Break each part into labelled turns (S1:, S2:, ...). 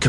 S1: Que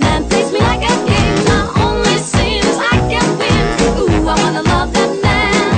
S2: man plays me like a game. My only sin is I can't win. Ooh, I wanna love that man.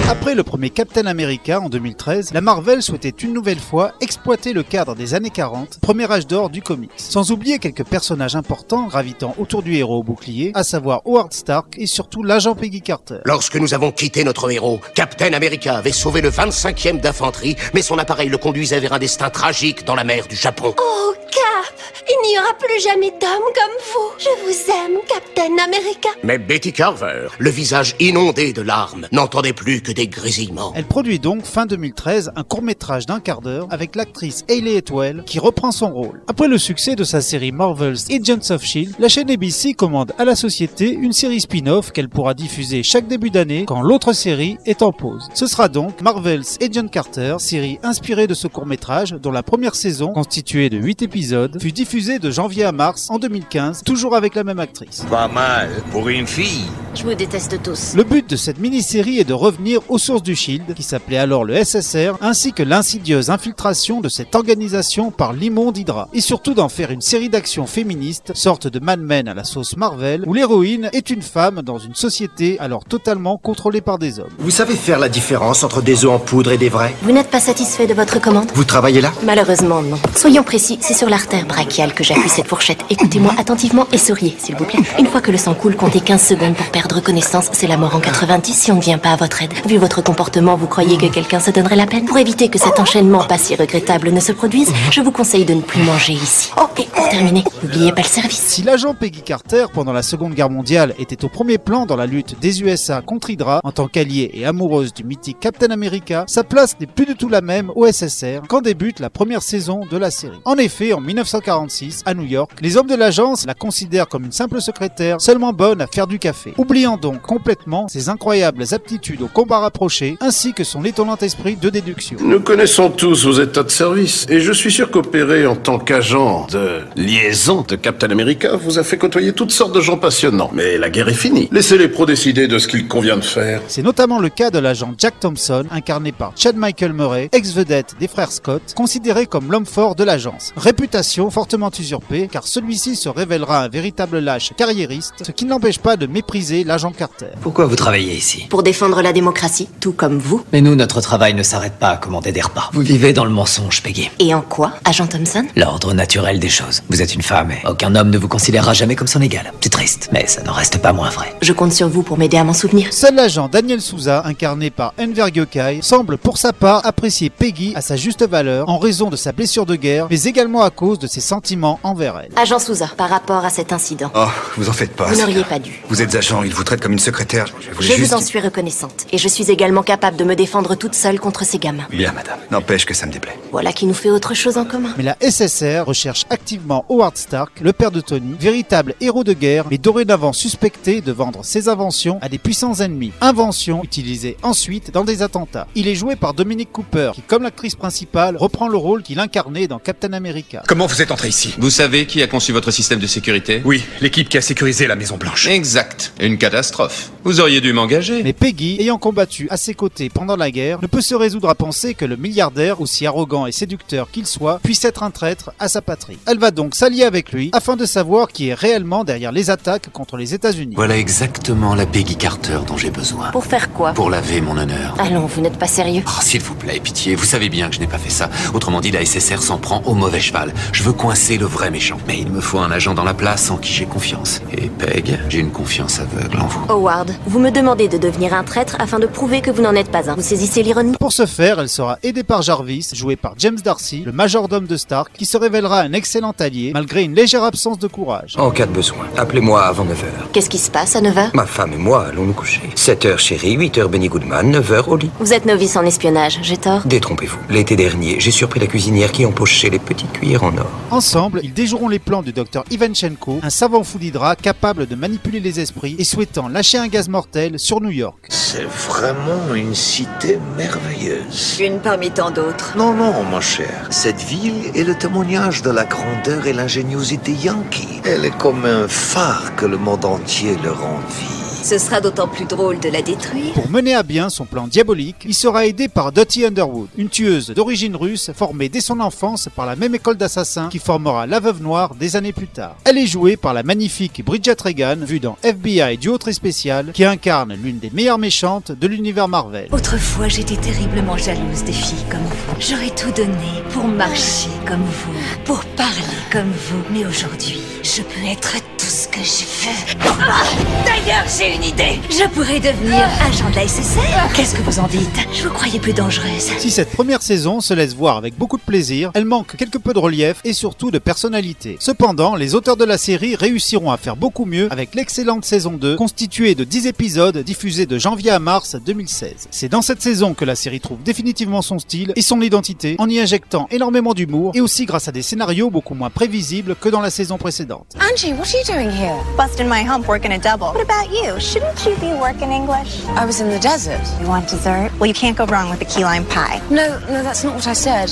S3: Après le premier Captain America en 2013, la Marvel souhaitait une nouvelle fois exploiter le cadre des années 40, premier âge d'or du comics. Sans oublier quelques personnages importants gravitant autour du héros au bouclier, à savoir Howard Stark et surtout l'agent Peggy Carter.
S4: Lorsque nous avons quitté notre héros, Captain America avait sauvé le 25e d'infanterie, mais son appareil le conduisait vers un destin tragique dans la mer du Japon.
S2: Oh, Cap, il n'y aura plus jamais d'homme comme vous. Je vous aime, Captain America.
S4: Mais Betty Carver, le visage inondé de larmes, n'entendait plus que des grésillements.
S3: Elle produit donc fin 2013 un court métrage d'un quart d'heure avec l'actrice Hayley Atwell qui reprend son rôle. Après le succès de sa série Marvel's Agents of Shield, E la chaîne ABC commande à la société une série spin-off qu'elle pourra diffuser chaque début d'année quand l'autre série est en pause. Ce sera donc Marvel's Agent Carter, série inspirée de ce court métrage dont la première saison, constituée de 8 épisodes, fut diffusée de janvier à mars en 2015, toujours avec la même actrice.
S5: Pas mal pour une fille.
S6: Je vous déteste tous.
S3: Le but de cette mini-série est de revenir aux sources du Shield, qui s'appelait alors le SSR, ainsi que l'insidieuse infiltration de cette organisation par l'immonde Hydra, et surtout d'en faire une série d'actions féministes, sorte de Mad Men à la sauce Marvel, où l'héroïne est une femme dans une société alors totalement contrôlée par des hommes.
S7: Vous savez faire la différence entre des œufs en poudre et des vrais
S6: Vous n'êtes pas satisfait de votre commande
S7: Vous travaillez là
S6: Malheureusement, non. Soyons précis, c'est sur l'artère brachiale que j'appuie cette fourchette. Écoutez-moi attentivement et souriez, s'il vous plaît. Une fois que le sang coule, comptez 15 secondes pour perdre connaissance. C'est la mort en 90 si on ne vient pas à votre aide. Vu votre comportement, vous croyez que quelqu'un se donnerait la peine Pour éviter que cet enchaînement pas si regrettable ne se produise, je vous conseille de ne plus manger ici. Oh, Et pour terminer, n'oubliez pas le service.
S3: Si l'agent Peggy Carter, pendant la Seconde Guerre mondiale, était au premier plan dans la lutte des USA contre Hydra, en tant qu'alliée et amoureuse du mythique Captain America, sa place n'est plus du tout la même au SSR quand débute la première saison de la série. En effet, en 1946, à New York, les hommes de l'agence la considèrent comme une simple secrétaire, seulement bonne à faire du café, oubliant donc complètement ses incroyables aptitudes au combat rapproché, ainsi que son étonnant esprit de déduction.
S5: Nous connaissons tous vos états de service, et je suis sûr qu'opérer en tant qu'agent de liaison de Captain America vous a fait côtoyer toutes sortes de gens passionnants. Mais la guerre est finie. Laissez les pros décider de ce qu'il convient de faire.
S3: C'est notamment le cas de l'agent Jack Thompson, incarné par Chad Michael Murray, ex-vedette des frères Scott, considéré comme l'homme fort de l'agence. Réputation fortement usurpée, car celui-ci se révélera un véritable lâche carriériste, ce qui ne l'empêche pas de mépriser l'agent Carter.
S8: Pourquoi vous travaillez ici
S6: Pour défendre la démocratie, tout comme vous.
S8: Mais nous, notre travail ne s'arrête pas à commander des repas. Vous vivez dans le mensonge, Peggy.
S6: Et en quoi, agent Thompson
S8: L'ordre naturel des choses. Vous êtes une femme et aucun homme ne vous considérera jamais comme son égal. C'est triste, mais ça n'en reste pas moins vrai.
S6: Je compte sur vous pour m'aider à m'en souvenir.
S3: Seul l'agent Daniel Souza, incarné par Enver Gyokai, semble pour sa part apprécier Peggy à sa juste valeur en raison de sa blessure de guerre, mais également à cause de ses sentiments envers elle.
S6: Agent Souza, par rapport à cet incident,
S7: Oh, vous en faites pas.
S6: vous
S7: c'est-
S6: n'auriez pas dû.
S7: Vous êtes agent, il vous traite comme une secrétaire. Je voulais
S6: Je
S7: juste...
S6: vous en suis reconnaissante. Et je suis également capable de me défendre toute seule contre ces gamins.
S7: Bien, madame. N'empêche que ça me déplaît.
S6: Voilà qui nous fait autre chose en commun.
S3: Mais la SSR recherche activement Howard Stark, le père de Tony, véritable héros de guerre, mais dorénavant suspecté de vendre ses inventions à des puissants ennemis. Inventions utilisées ensuite dans des attentats. Il est joué par Dominic Cooper, qui, comme l'actrice principale, reprend le rôle qu'il incarnait dans Captain America.
S9: Comment vous êtes entré ici
S8: Vous savez qui a conçu votre système de sécurité
S9: Oui, l'équipe qui a sécurisé la Maison Blanche.
S8: Exact. Une catastrophe. Vous auriez dû m'engager.
S3: Mais Peggy, ayant combattu à ses côtés pendant la guerre, ne peut se résoudre à penser que le milliardaire, aussi arrogant et séducteur qu'il soit, puisse être un traître à sa patrie. Elle va donc s'allier avec lui afin de savoir qui est réellement derrière les attaques contre les États-Unis.
S8: Voilà exactement la Peggy Carter dont j'ai besoin.
S6: Pour faire quoi
S8: Pour laver mon honneur.
S6: Allons, vous n'êtes pas sérieux.
S8: Oh, s'il vous plaît, pitié, vous savez bien que je n'ai pas fait ça. Autrement dit, la SSR s'en prend au mauvais cheval. Je veux coincer le vrai méchant. Mais il me faut un agent dans la place en qui j'ai confiance. Et Peg, j'ai une confiance aveugle.
S5: règle en vous.
S6: Howard, vous me demandez de devenir un traître afin de prouver que vous n'en êtes pas un. Vous saisissez l'ironie
S3: Pour ce faire, elle sera aidée par Jarvis, joué par James Darcy, le majordome de Stark, qui se révélera un excellent allié malgré une légère absence de courage.
S7: En cas de besoin, appelez-moi avant 9h.
S6: Qu'est-ce qui se passe à 9h
S7: Ma femme et moi allons nous coucher. 7h chérie, 8h Benny Goodman, 9h au lit.
S6: Vous êtes novice en espionnage, j'ai tort
S7: Détrompez-vous. L'été dernier, j'ai surpris la cuisinière qui empochait les petites cuillères en or.
S3: Ensemble, ils déjoueront les plans du docteur Ivanchenko, un savant fou d'Hydra capable de manipuler les esprits et souhaitant lâcher un gaz mortel sur New York.
S10: C'est vraiment une cité merveilleuse.
S11: Une parmi tant d'autres.
S10: Non, non, mon cher. Cette ville est le témoignage de la grandeur et l'ingéniosité yankee. Elle est comme un phare que le monde entier leur envie.
S11: Ce sera d'autant plus drôle de la détruire.
S3: Pour mener à bien son plan diabolique, il sera aidé par Dottie Underwood, une tueuse d'origine russe formée dès son enfance par la même école d'assassins qui formera la Veuve Noire des années plus tard. Elle est jouée par la magnifique Bridget Regan, vue dans FBI du Autre Spécial, qui incarne l'une des meilleures méchantes de l'univers Marvel.
S11: Autrefois, j'étais terriblement jalouse des filles comme vous. J'aurais tout donné pour marcher comme vous, pour parler comme vous. Mais aujourd'hui, je peux être tout ce que je veux. Ah D'ailleurs, j'ai une idée. Je pourrais devenir agent de la SSR. Qu'est-ce que vous en dites Je vous croyais plus dangereuse.
S3: Si cette première saison se laisse voir avec beaucoup de plaisir, elle manque quelque peu de relief et surtout de personnalité. Cependant, les auteurs de la série réussiront à faire beaucoup mieux avec l'excellente saison 2, constituée de 10 épisodes diffusés de janvier à mars 2016. C'est dans cette saison que la série trouve définitivement son style et son identité en y injectant énormément d'humour et aussi grâce à des scénarios beaucoup moins prévisibles que dans la saison précédente.
S12: Angie, what are you doing here? Busting my hump, working a double. What about you? Shouldn't you be working English? I was in the desert. You want dessert? Well, you can't go wrong with a key lime pie. No, no, that's not what I said.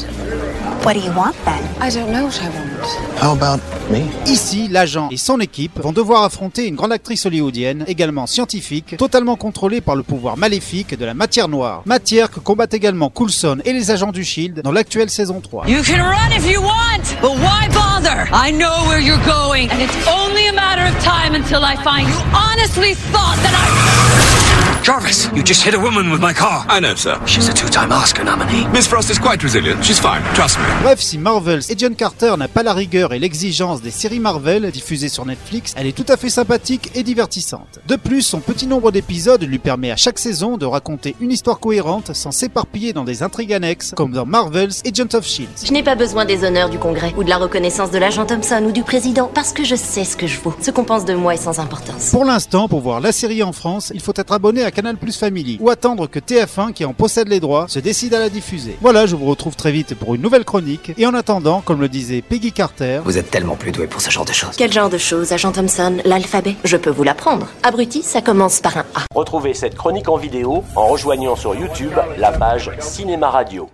S12: What do you want then? I don't know what I want.
S10: How about me?
S3: Ici, l'agent et son équipe vont devoir affronter une grande actrice hollywoodienne, également scientifique, totalement contrôlée par le pouvoir maléfique de la matière noire. Matière que combattent également Coulson et les agents du Shield E dans l'actuelle saison 3.
S13: You can run if you want, but why bother? I know where you're going, and it's only a matter of time until I find you honestly thought that I.
S9: Jarvis, you just hit a woman with my car. I know, sir. She's a two-time Oscar nominee. Miss Frost is quite resilient. She's fine. Trust me.
S3: Bref, si Marvels et John Carter n'a pas la rigueur et l'exigence des séries Marvel diffusées sur Netflix, elle est tout à fait sympathique et divertissante. De plus, son petit nombre d'épisodes lui permet à chaque saison de raconter une histoire cohérente sans s'éparpiller dans des intrigues annexes comme dans Marvels et Agents of Shield.
S6: Je n'ai pas besoin des honneurs du Congrès ou de la reconnaissance de l'agent Thompson ou du président parce que je sais ce que je vaux. Ce qu'on pense de moi est sans importance.
S3: Pour l'instant, pour voir la série en France, il faut être abonné à Canal Plus Family ou attendre que TF1, qui en possède les droits, se décide à la diffuser. Voilà, je vous retrouve très vite pour une nouvelle chronique. Et en attendant, comme le disait Peggy Carter,
S8: Vous êtes tellement plus doué pour ce genre de choses.
S6: Quel genre de chose, agent Thompson L'alphabet Je peux vous l'apprendre. Abruti, ça commence par un A.
S14: Retrouvez cette chronique en vidéo en rejoignant sur YouTube la page Cinéma Radio.